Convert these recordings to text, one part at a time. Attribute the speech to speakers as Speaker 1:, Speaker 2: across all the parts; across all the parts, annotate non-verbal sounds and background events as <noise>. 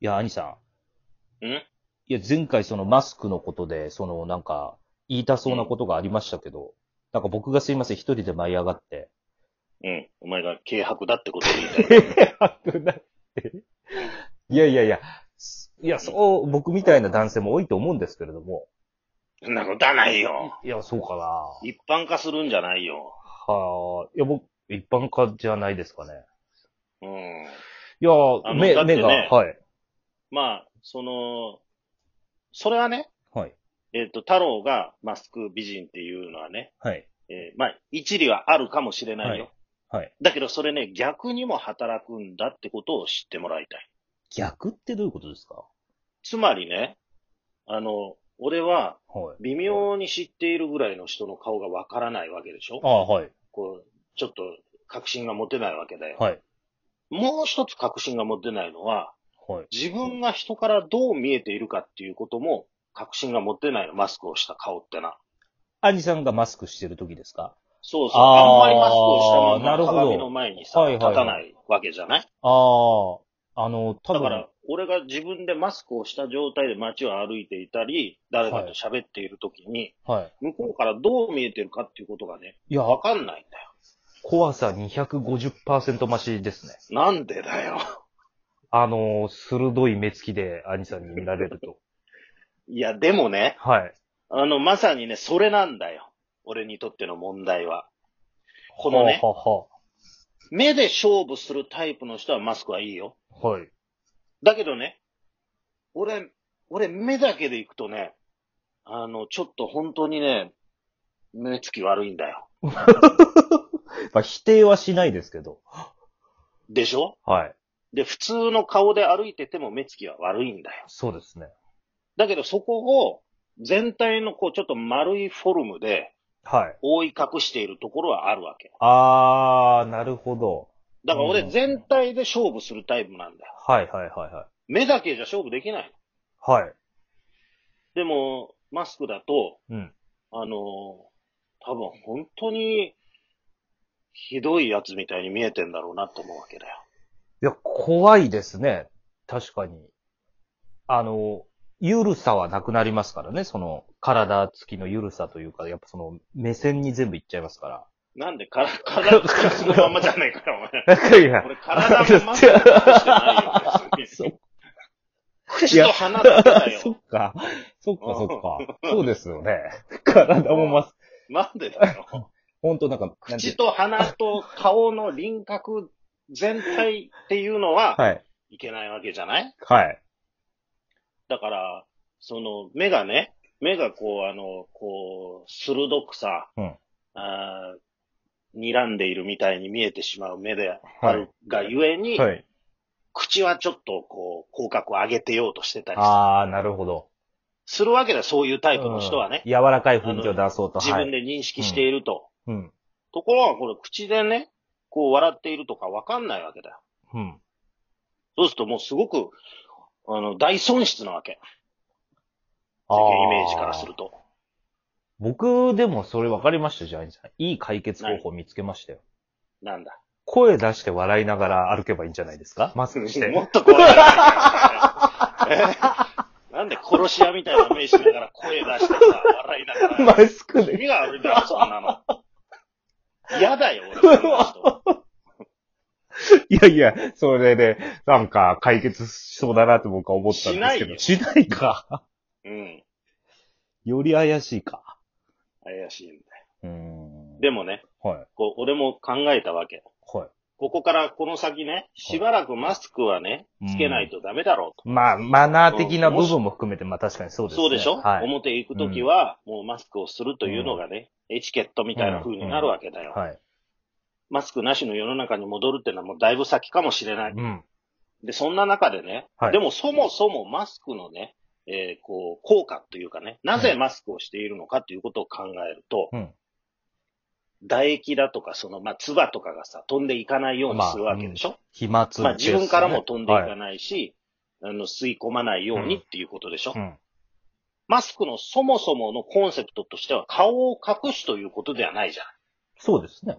Speaker 1: いや、兄さん。
Speaker 2: ん
Speaker 1: いや、前回そのマスクのことで、そのなんか、言いたそうなことがありましたけど、なんか僕がすいません、一人で舞い上がって。
Speaker 2: うん。お前が軽薄だってことを言いたい。
Speaker 1: <laughs> いやいやいや、すいや、そう、僕みたいな男性も多いと思うんですけれども。
Speaker 2: そんなことはないよ。
Speaker 1: いや、そうかな。
Speaker 2: 一般化するんじゃないよ。
Speaker 1: はあ、いや、僕、一般化じゃないですかね。
Speaker 2: うん。
Speaker 1: いや
Speaker 2: あ、の
Speaker 1: 目、
Speaker 2: だってね
Speaker 1: 目が、はい。
Speaker 2: まあ、その、それはね、
Speaker 1: はい。
Speaker 2: えっ、と、太郎がマスク美人っていうのはね、
Speaker 1: はい。
Speaker 2: えーまあ、一理はあるかもしれないよ。
Speaker 1: はいはい
Speaker 2: だけど、それね、逆にも働くんだってことを知ってもらいたい。
Speaker 1: 逆ってどういうことですか
Speaker 2: つまりね、あの、俺は
Speaker 1: はい。
Speaker 2: 微妙に知っているぐらいの人の顔がわからないわけでしょ
Speaker 1: ああ、はい。
Speaker 2: こう、ちょっと確信が持てないわけだよ。
Speaker 1: はい。
Speaker 2: もう一つ確信が持てないのは、
Speaker 1: はい。
Speaker 2: 自分が人からどう見えているかっていうことも確信が持てないの、マスクをした顔ってな。
Speaker 1: 兄さんがマスクしてる時ですか
Speaker 2: そうそう。
Speaker 1: あー
Speaker 2: あんまりマスクをした
Speaker 1: な
Speaker 2: ま
Speaker 1: るほ
Speaker 2: ま
Speaker 1: ど
Speaker 2: 鏡の前にさ、
Speaker 1: はいはいはい
Speaker 2: 立たないわけじゃない
Speaker 1: ああ、あの、多
Speaker 2: だ
Speaker 1: 分
Speaker 2: から、俺が自分でマスクをした状態で街を歩いていたり、誰かと喋っている時に、
Speaker 1: は
Speaker 2: 向こうからどう見えてるかっていうことがね、
Speaker 1: い。いや、
Speaker 2: わかんないんだよ。
Speaker 1: 怖さ250%増しですね。
Speaker 2: なんでだよ。
Speaker 1: あの、鋭い目つきで兄さんに見られると。
Speaker 2: いや、でもね、
Speaker 1: はい。
Speaker 2: あの、まさにね、それなんだよ。俺にとっての問題は。このね
Speaker 1: はは
Speaker 2: 目で勝負するタイプの人はマスクはいいよ。
Speaker 1: は。はい。
Speaker 2: だけどね、俺、俺目だけで行くとね、あの、ちょっと本当にね、目つき悪いんだよ。
Speaker 1: まあ、否定はしないですけど。
Speaker 2: でしょ
Speaker 1: はい。
Speaker 2: で、普通の顔で歩いてても目つきは悪いんだよ。
Speaker 1: そうですね。
Speaker 2: だけどそこを全体のこうちょっと丸いフォルムで
Speaker 1: はい。
Speaker 2: 覆い隠しているところはあるわけ。
Speaker 1: あー、なるほど。
Speaker 2: だから
Speaker 1: う
Speaker 2: 俺
Speaker 1: ん
Speaker 2: 全体で勝負するタイプなんだよ。
Speaker 1: はいはいはいは
Speaker 2: 目だけじゃ勝負できない。
Speaker 1: い。はい。
Speaker 2: でも、マスクだと、
Speaker 1: うん。
Speaker 2: あのー、多分本当に、ひどいやつみたいに見えてんだろうなと思うわけだよ。
Speaker 1: いや、怖いですね。確かに。あの、ゆるさはなくなりますからね。その、体つきのゆるさというか、やっぱその、目線に全部いっちゃいますから。
Speaker 2: なんで、
Speaker 1: <laughs>
Speaker 2: から、体つきのまんまじゃねえかよ、お
Speaker 1: いや
Speaker 2: 前。俺、体もマスクしてないよ、別
Speaker 1: そ
Speaker 2: に
Speaker 1: っ。
Speaker 2: 口と鼻だけだ
Speaker 1: <laughs> そ
Speaker 2: よ。
Speaker 1: っか。そっか、そっか。そうですよね。 <laughs> 体もま、
Speaker 2: なんでだよ。
Speaker 1: ほんとなんか、なんてい
Speaker 2: 口
Speaker 1: う
Speaker 2: と鼻と顔の輪郭全体っていうのは、
Speaker 1: はい。
Speaker 2: いけないわけじゃない
Speaker 1: はい。
Speaker 2: だから、その、目がね、目がこう、あの、こう、鋭くさ、
Speaker 1: うん
Speaker 2: あー睨んでいるみたいに見えてしまう目であるがゆえに、
Speaker 1: はい。
Speaker 2: 口はちょっとこう、口角を上げてようとしてたり
Speaker 1: あー、なるほど。
Speaker 2: するわけだ、そういうタイプの人はね、
Speaker 1: うん柔らかい雰囲気を出そうと。
Speaker 2: 自分
Speaker 1: で。
Speaker 2: で認識していると。
Speaker 1: うん。
Speaker 2: ところが、これ、口でね、こう、笑っているとかわかんないわけだよ。
Speaker 1: うん。
Speaker 2: そうすると、もうすごく、あの、大損失なわけ。
Speaker 1: あ
Speaker 2: 世
Speaker 1: ー
Speaker 2: 間イメージからすると。
Speaker 1: 僕でもそれ分かりました、ジャニーさん。いい解決方法見つけましたよ。
Speaker 2: なんだ。
Speaker 1: 声出して笑いながら歩けばいいんじゃないですかマスクし
Speaker 2: も
Speaker 1: て。
Speaker 2: っと
Speaker 1: <laughs>
Speaker 2: 怖いな。えなんで殺し屋みたいな目しながら声出してさ、笑いな
Speaker 1: <laughs>
Speaker 2: がら。
Speaker 1: スク
Speaker 2: 意味があるんだろ、そんなの。嫌だよ、俺そんな人。
Speaker 1: いやいや、それで、なんか解決しそうだなって僕は思ったんですけど。しないか。
Speaker 2: うん。
Speaker 1: より怪しいか。
Speaker 2: 怪しいんだよ。
Speaker 1: うーん。
Speaker 2: でもね、
Speaker 1: はい。
Speaker 2: こう、俺も考えたわけ。
Speaker 1: はい。
Speaker 2: ここからこの先ね、しばらくマスクはね、つけないとダメだろうと。
Speaker 1: まあ、マナー的な部分も含めて、まあ確かにそうですね。
Speaker 2: そうでしょ、
Speaker 1: はい。
Speaker 2: 表行くときは、もうマスクをするというのがね、エチケットみたいな風になるわけだよ。
Speaker 1: はい。
Speaker 2: マスクなしの世の中に戻るってのはもうだいぶ先かもしれない。
Speaker 1: うん。
Speaker 2: で、そんな中でね、
Speaker 1: はい
Speaker 2: でもそもそもマスクのね、えーこう、効果というかね、なぜマスクをしているのかということを考えると、
Speaker 1: うん
Speaker 2: 唾液だとか、その、まあ、唾とかがさ、飛んでいかないようにするわけでしょ、
Speaker 1: 飛沫
Speaker 2: まあ、自分からも飛んでい
Speaker 1: な
Speaker 2: か
Speaker 1: い。
Speaker 2: ないし、あの、吸い込まないようにっていうことでしょ、
Speaker 1: うん。
Speaker 2: マスクのそもそものコンセプトとしては、顔を隠すということではないじゃん。
Speaker 1: そうですね。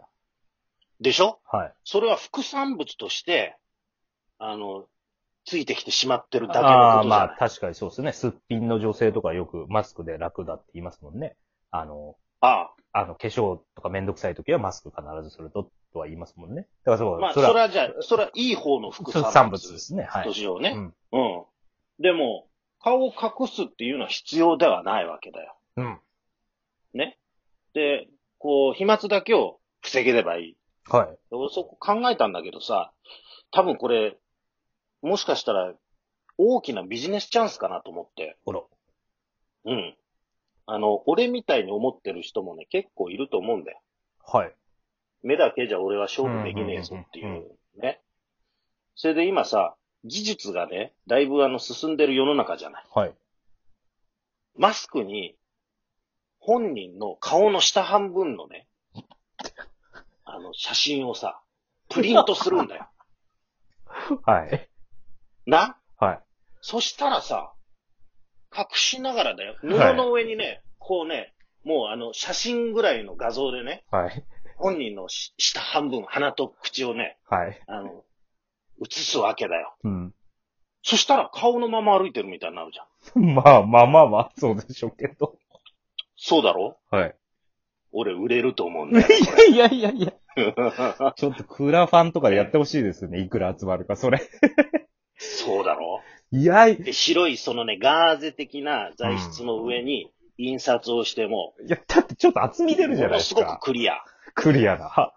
Speaker 2: でしょ
Speaker 1: はい。
Speaker 2: それは副産物として、あの、ついてきてしまってるだけの
Speaker 1: ああ、
Speaker 2: ことじゃ
Speaker 1: ま
Speaker 2: な
Speaker 1: あ
Speaker 2: い。
Speaker 1: 確かにそうですね。すっぴんの女性とかよくマスクで楽だって言いますもんね。あの、
Speaker 2: ああ
Speaker 1: あの、化粧とかめんどくさい時はマスク必ずすると、とは言いますもんね。だからそう、
Speaker 2: まあ、
Speaker 1: そ
Speaker 2: そ
Speaker 1: れ
Speaker 2: れ
Speaker 1: は、
Speaker 2: はじゃあ、それはいい方の副
Speaker 1: そう
Speaker 2: 産
Speaker 1: 産
Speaker 2: 物
Speaker 1: 物ですね。は
Speaker 2: と
Speaker 1: い。
Speaker 2: しよう
Speaker 1: う
Speaker 2: ね。
Speaker 1: ん。
Speaker 2: うん。でも、顔を隠すっていうのは必要ではないわけだよ。
Speaker 1: うん。
Speaker 2: で、こう、飛沫だけを防げればいい。
Speaker 1: はい。
Speaker 2: 俺そこ考えたんだけどさ、多分これ、もしかしたら大きなビジネスチャンスかなと思って。
Speaker 1: ほら。
Speaker 2: うん。あの、俺みたいに思ってる人もね、結構いると思うんだよ。
Speaker 1: はい。
Speaker 2: 目だけじゃ俺は勝負できねえぞってい
Speaker 1: うんうんうん
Speaker 2: うね。それで今さ、技術がね、だいぶあの進んでる世の中じゃない。
Speaker 1: はい。
Speaker 2: マスクに、本人の顔の下半分のね、あの、写真をさ、プリントするん
Speaker 1: <laughs>
Speaker 2: だよ。
Speaker 1: はい。
Speaker 2: な
Speaker 1: はい。
Speaker 2: そしたらさ、隠しながらだよ。布
Speaker 1: はい
Speaker 2: の上にね、こうね、もうあの、写真ぐらいの画像でね、
Speaker 1: はい。
Speaker 2: 本人のし下半分、鼻と口をね、
Speaker 1: はい。
Speaker 2: あの、写すわけだよ。
Speaker 1: うん。
Speaker 2: そしたら顔のまま歩いてるみたいになるじゃん。
Speaker 1: <laughs> まあまあまあまあ、そうでしょうけど。
Speaker 2: そうだろ
Speaker 1: はい。
Speaker 2: 俺売れると思うんだよ。
Speaker 1: いやいやいや。ちょっとクラファンとかでやってほしいですよね。いくら集まるか、それ。
Speaker 2: <laughs> そうだろ
Speaker 1: いやい、
Speaker 2: で、白いそのね、ガーゼ的な材質の上に印刷をしても、
Speaker 1: いや、だってちょっと厚み出るじゃ
Speaker 2: も
Speaker 1: ない
Speaker 2: の
Speaker 1: ですす
Speaker 2: ごく
Speaker 1: か。<laughs>
Speaker 2: クリア。
Speaker 1: クリアな。は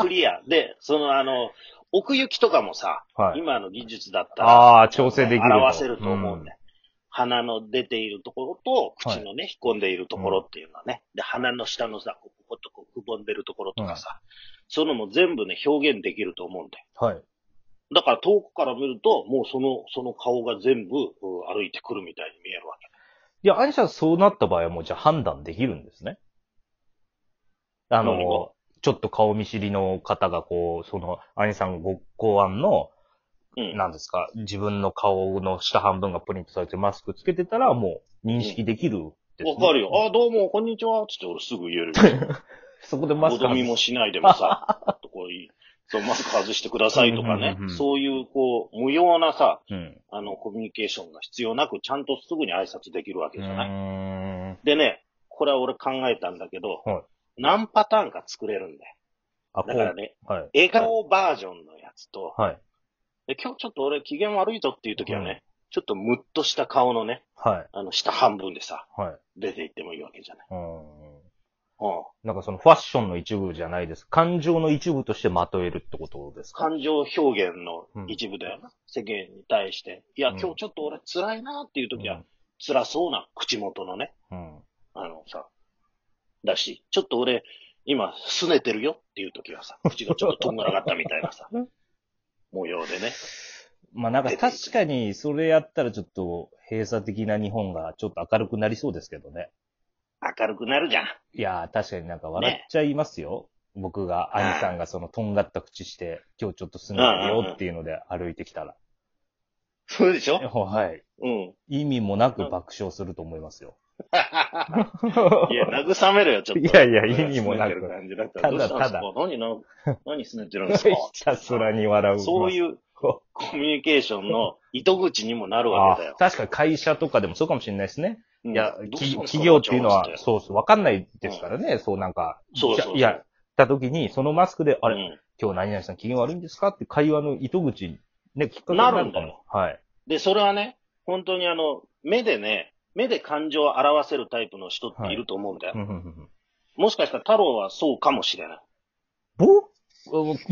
Speaker 2: クリア。で、そのあの、奥行きとかもさ、
Speaker 1: はい。
Speaker 2: 今の技術だったら、
Speaker 1: ああ、調整できると。
Speaker 2: 表せると思うんだよ。鼻の出ているところと、口のね、引っ込んでいるところっていうのはね。で、鼻の下のさ、こうポコッとこう、くぼんでるところとかさ、そういうのも全部ね、表現できると思うんだよ。
Speaker 1: うん。はい。
Speaker 2: だから遠くから見ると、もうその、その顔が全部うん歩いてくるみたいに見えるわけ。
Speaker 1: いや、アニシャそうなった場合はもうじゃあ判断できるんですね。あ
Speaker 2: 何が
Speaker 1: の、ちょっと顔見知りの方がこう、その、アニさんご考案の、
Speaker 2: うん。
Speaker 1: なんですか、自分の顔の下半分がプリントされてマスクつけてたらもう認識できるですね
Speaker 2: わかるよ。あ、どうも、こんにちは。つって俺すぐ言えるよ。
Speaker 1: そこで <laughs> マス
Speaker 2: ご
Speaker 1: ク
Speaker 2: ど
Speaker 1: 外
Speaker 2: み
Speaker 1: す
Speaker 2: もしないでもさ、 <laughs> こういうそう、マスク外してくださいとかね
Speaker 1: うんうんう。ん
Speaker 2: そういう、こう、無用なさ、
Speaker 1: うん。
Speaker 2: あの、コミュニケーションが必要なく、ちゃんとすぐに挨拶できるわ
Speaker 1: う
Speaker 2: けじゃない。
Speaker 1: ーん。
Speaker 2: でね、これは俺考えたんだけど、
Speaker 1: はい
Speaker 2: 何パターンか作れるんだよ。
Speaker 1: あ、こ
Speaker 2: だから
Speaker 1: う。
Speaker 2: ね、
Speaker 1: はい。
Speaker 2: 笑顔バージョンのやつと、
Speaker 1: はい。
Speaker 2: で今日ちょっと俺機嫌悪いぞっていう時はね、ちょっとムッとした顔のね、
Speaker 1: はい。
Speaker 2: あの、下半分でさ、
Speaker 1: はい。
Speaker 2: 出ていってもいいわけじゃない。
Speaker 1: うーん。
Speaker 2: うん。
Speaker 1: なんかそのファッションの一部じゃないです。感情の一部としてまとえるってことですか
Speaker 2: 感情表現の一部だよな。世間に対して。いや、
Speaker 1: うん
Speaker 2: 今日ちょっと俺辛いなっていう時は、
Speaker 1: うん
Speaker 2: 辛そうな口元のね、
Speaker 1: うん。
Speaker 2: あのさ、だし、ちょっと俺、今、拗ねてるよっていう時はさ、口がちょっととんがらかったみたいなさ、模様でね。
Speaker 1: まあなんか確かにそれやったらちょっと閉鎖的な日本がちょっと明るくなりそうですけどね。
Speaker 2: 明るくなるじゃん。
Speaker 1: いやー確かになんか笑っちゃいますよ。僕が、
Speaker 2: うん
Speaker 1: 兄さんがそのとんがった口して、今日ちょっとすんでるよっていうので歩いてきたら。
Speaker 2: そうでしょ
Speaker 1: はい。
Speaker 2: うん。
Speaker 1: 意味もなく爆笑すると思いますよ。
Speaker 2: いや、慰めろよ、ちょっ
Speaker 1: <laughs>
Speaker 2: と。
Speaker 1: いやいや意味もなく
Speaker 2: 拗ねてる感じだったら、どうしたんです
Speaker 1: ただ
Speaker 2: か
Speaker 1: た
Speaker 2: 何の、
Speaker 1: <laughs>
Speaker 2: 何拗ねてるんですか
Speaker 1: ひたすらに笑う。
Speaker 2: そういう
Speaker 1: う。
Speaker 2: コミュニケーションの糸口にもなるわ
Speaker 1: あ
Speaker 2: けだよ。
Speaker 1: 確かに会社とかでもそうかもしれないですね。
Speaker 2: い
Speaker 1: いや、き企業っていうのは、そうそう、わかんないですからね、そうなんか。
Speaker 2: そうそうそう
Speaker 1: いや、った時に、そのマスクで、あ
Speaker 2: あ
Speaker 1: れ、
Speaker 2: れ。
Speaker 1: 今日何々さん機嫌悪いんですかって会話の糸口、ね、きっかけになるか
Speaker 2: なるんだ
Speaker 1: も。はい。
Speaker 2: で、それはね、本当にあの、目でね、目で感情を表せるタイプの人っていると思うんだよ。
Speaker 1: うんうんうんうん
Speaker 2: もしかしたら太郎はそうかもしれない。
Speaker 1: ぼ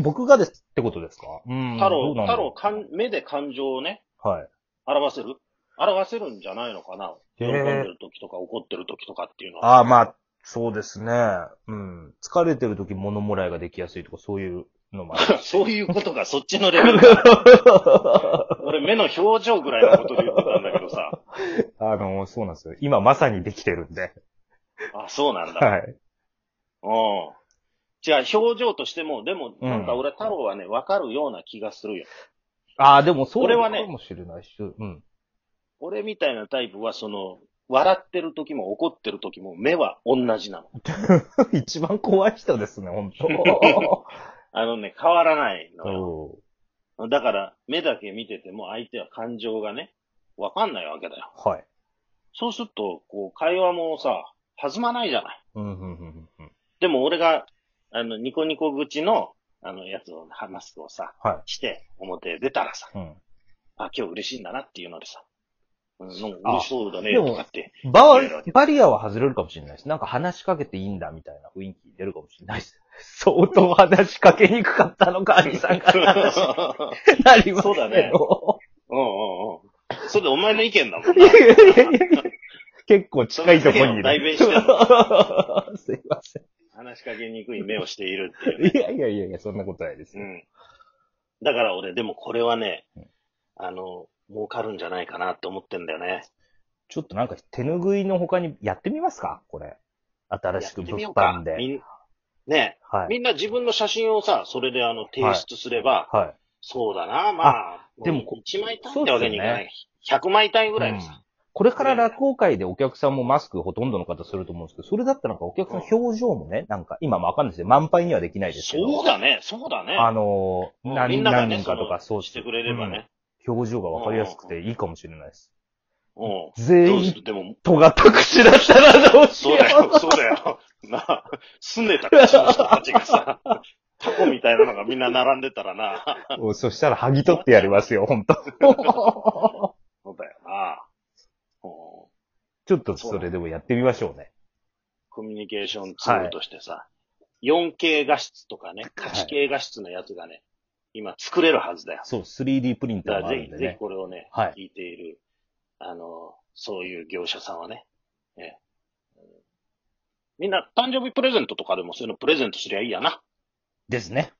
Speaker 1: 僕がですってことですかうん。
Speaker 2: 太郎、
Speaker 1: どうなんだ
Speaker 2: 太郎
Speaker 1: ろ
Speaker 2: かん、目で感情をね、
Speaker 1: うはい。
Speaker 2: 表せる表せるんじゃないのかな
Speaker 1: へ
Speaker 2: 喜
Speaker 1: え
Speaker 2: んでる時とか怒ってる時とかっていうのは。
Speaker 1: ああ、まあ、そうですね。うん。疲れてる時物もらいができやすいとか、そういうの
Speaker 2: <laughs>
Speaker 1: もある。
Speaker 2: <laughs> そういうことがそっちのレベルだ。俺目の表情ぐらいのことで言ってたんだけ
Speaker 1: <laughs>
Speaker 2: どさ。
Speaker 1: あの、そうなんですよ。今まさにできてるん
Speaker 2: <laughs>
Speaker 1: で。
Speaker 2: あ、そうなんだ。
Speaker 1: はい。
Speaker 2: うん。じゃあ表情としても、でも、
Speaker 1: うん
Speaker 2: なんか俺太郎はね、わかるような気がするよ。
Speaker 1: ああ、でもそう
Speaker 2: 俺
Speaker 1: か
Speaker 2: はね
Speaker 1: もしれないし、うん。 <laughs>
Speaker 2: 俺みたいなタイプは、その、笑ってる時も怒ってる時も目は同じなの。
Speaker 1: 一
Speaker 2: <laughs>
Speaker 1: 番怖い人ですね、本当 <laughs>
Speaker 2: あのね、変わらないのよ。
Speaker 1: そ
Speaker 2: だから、目だけ見てても相手は感情がね、わかんないわけだよ。
Speaker 1: はい。
Speaker 2: そうすると、こう、会話もさ、弾まないじゃない。
Speaker 1: うん、うん、うん、うん。
Speaker 2: でも俺が、あの、ニコニコ口の、あの、やつを話すとさ、
Speaker 1: は
Speaker 2: して、表へ出たらさ、
Speaker 1: い。うん。
Speaker 2: あ、今日嬉しいんだなっていうのでさ、うん、なんか
Speaker 1: あ
Speaker 2: 嬉しそうだね、
Speaker 1: でも
Speaker 2: とかって。
Speaker 1: バーバリアは外れるかもしれないです。なんか話しかけていいんだみたいな雰囲気出るかもし <laughs> れないです。相当話しかけにくかったのか、兄さんが話になりますけど。
Speaker 2: そうだね <laughs> うんうんうん。それでお前の意見だもん
Speaker 1: い
Speaker 2: な。
Speaker 1: やいやいやいや <laughs> 結構近いとこにい
Speaker 2: その世間を代
Speaker 1: る。
Speaker 2: 弁
Speaker 1: す
Speaker 2: し
Speaker 1: い
Speaker 2: て
Speaker 1: <laughs>
Speaker 2: る
Speaker 1: ませ
Speaker 2: 話しかけにくい目をしているっていう、
Speaker 1: ん。いやいやいやいや、そんなことないです
Speaker 2: う
Speaker 1: よ。
Speaker 2: ん。だから俺、でもこれはね
Speaker 1: うん、
Speaker 2: あの、儲かるんじゃないかなって思ってんだよね。
Speaker 1: ちょっとなんか手拭いの他にやってみますかこれ。新しく
Speaker 2: やって
Speaker 1: 物
Speaker 2: みようか
Speaker 1: 販で。
Speaker 2: みんね
Speaker 1: は
Speaker 2: え
Speaker 1: い。
Speaker 2: みんな自分の写真をさ、それであの、提出すれば、
Speaker 1: はい。
Speaker 2: そうだな、まあ、
Speaker 1: でもこ
Speaker 2: 1枚単位ってわけにいかない。100枚単位ぐらいのさ、
Speaker 1: これから落語会でお客さんもマスクほとんどの方すると思うんですけど、それだったらなんかお客さんの表情もね、なんか今もわかんないですよ。満杯にはできないですけど。
Speaker 2: そうだね、そうだね。
Speaker 1: あのー、
Speaker 2: うんみ
Speaker 1: 何
Speaker 2: んなが
Speaker 1: 何
Speaker 2: ね
Speaker 1: 人かとかそう
Speaker 2: してくれればね。
Speaker 1: うん表情がわかりやすくていいかもしれないです。
Speaker 2: うん。ど
Speaker 1: 全
Speaker 2: うす
Speaker 1: 員
Speaker 2: るでも、
Speaker 1: 尖った口だったらどうし
Speaker 2: そう
Speaker 1: よ
Speaker 2: だ
Speaker 1: う。
Speaker 2: よ、そうだよ。なあ、住んでた口の人たちが
Speaker 1: <laughs>
Speaker 2: さ、タコみたいなのがみんな並んでたらな、
Speaker 1: もう <laughs> そしたら剥ぎ取ってやりますよ、本当
Speaker 2: そうだよな。うん
Speaker 1: <laughs> ちょっとそれでもやってみましょうね。
Speaker 2: コミュニケーションツールとしてさ、4K 画質とかね、8K 画質のやつがね、今作れるはずだよ。
Speaker 1: そう、3D プリンタ
Speaker 2: だ
Speaker 1: ー
Speaker 2: か
Speaker 1: もあ
Speaker 2: らぜ
Speaker 1: る
Speaker 2: ひ、
Speaker 1: んで
Speaker 2: ぜひ
Speaker 1: ね。
Speaker 2: これをね、
Speaker 1: はい
Speaker 2: 聞いている、あの、そういう業者さんはね、ええみんな誕生日プレゼントとかでもそういうのプレゼントすりゃいいやな。
Speaker 1: ですね。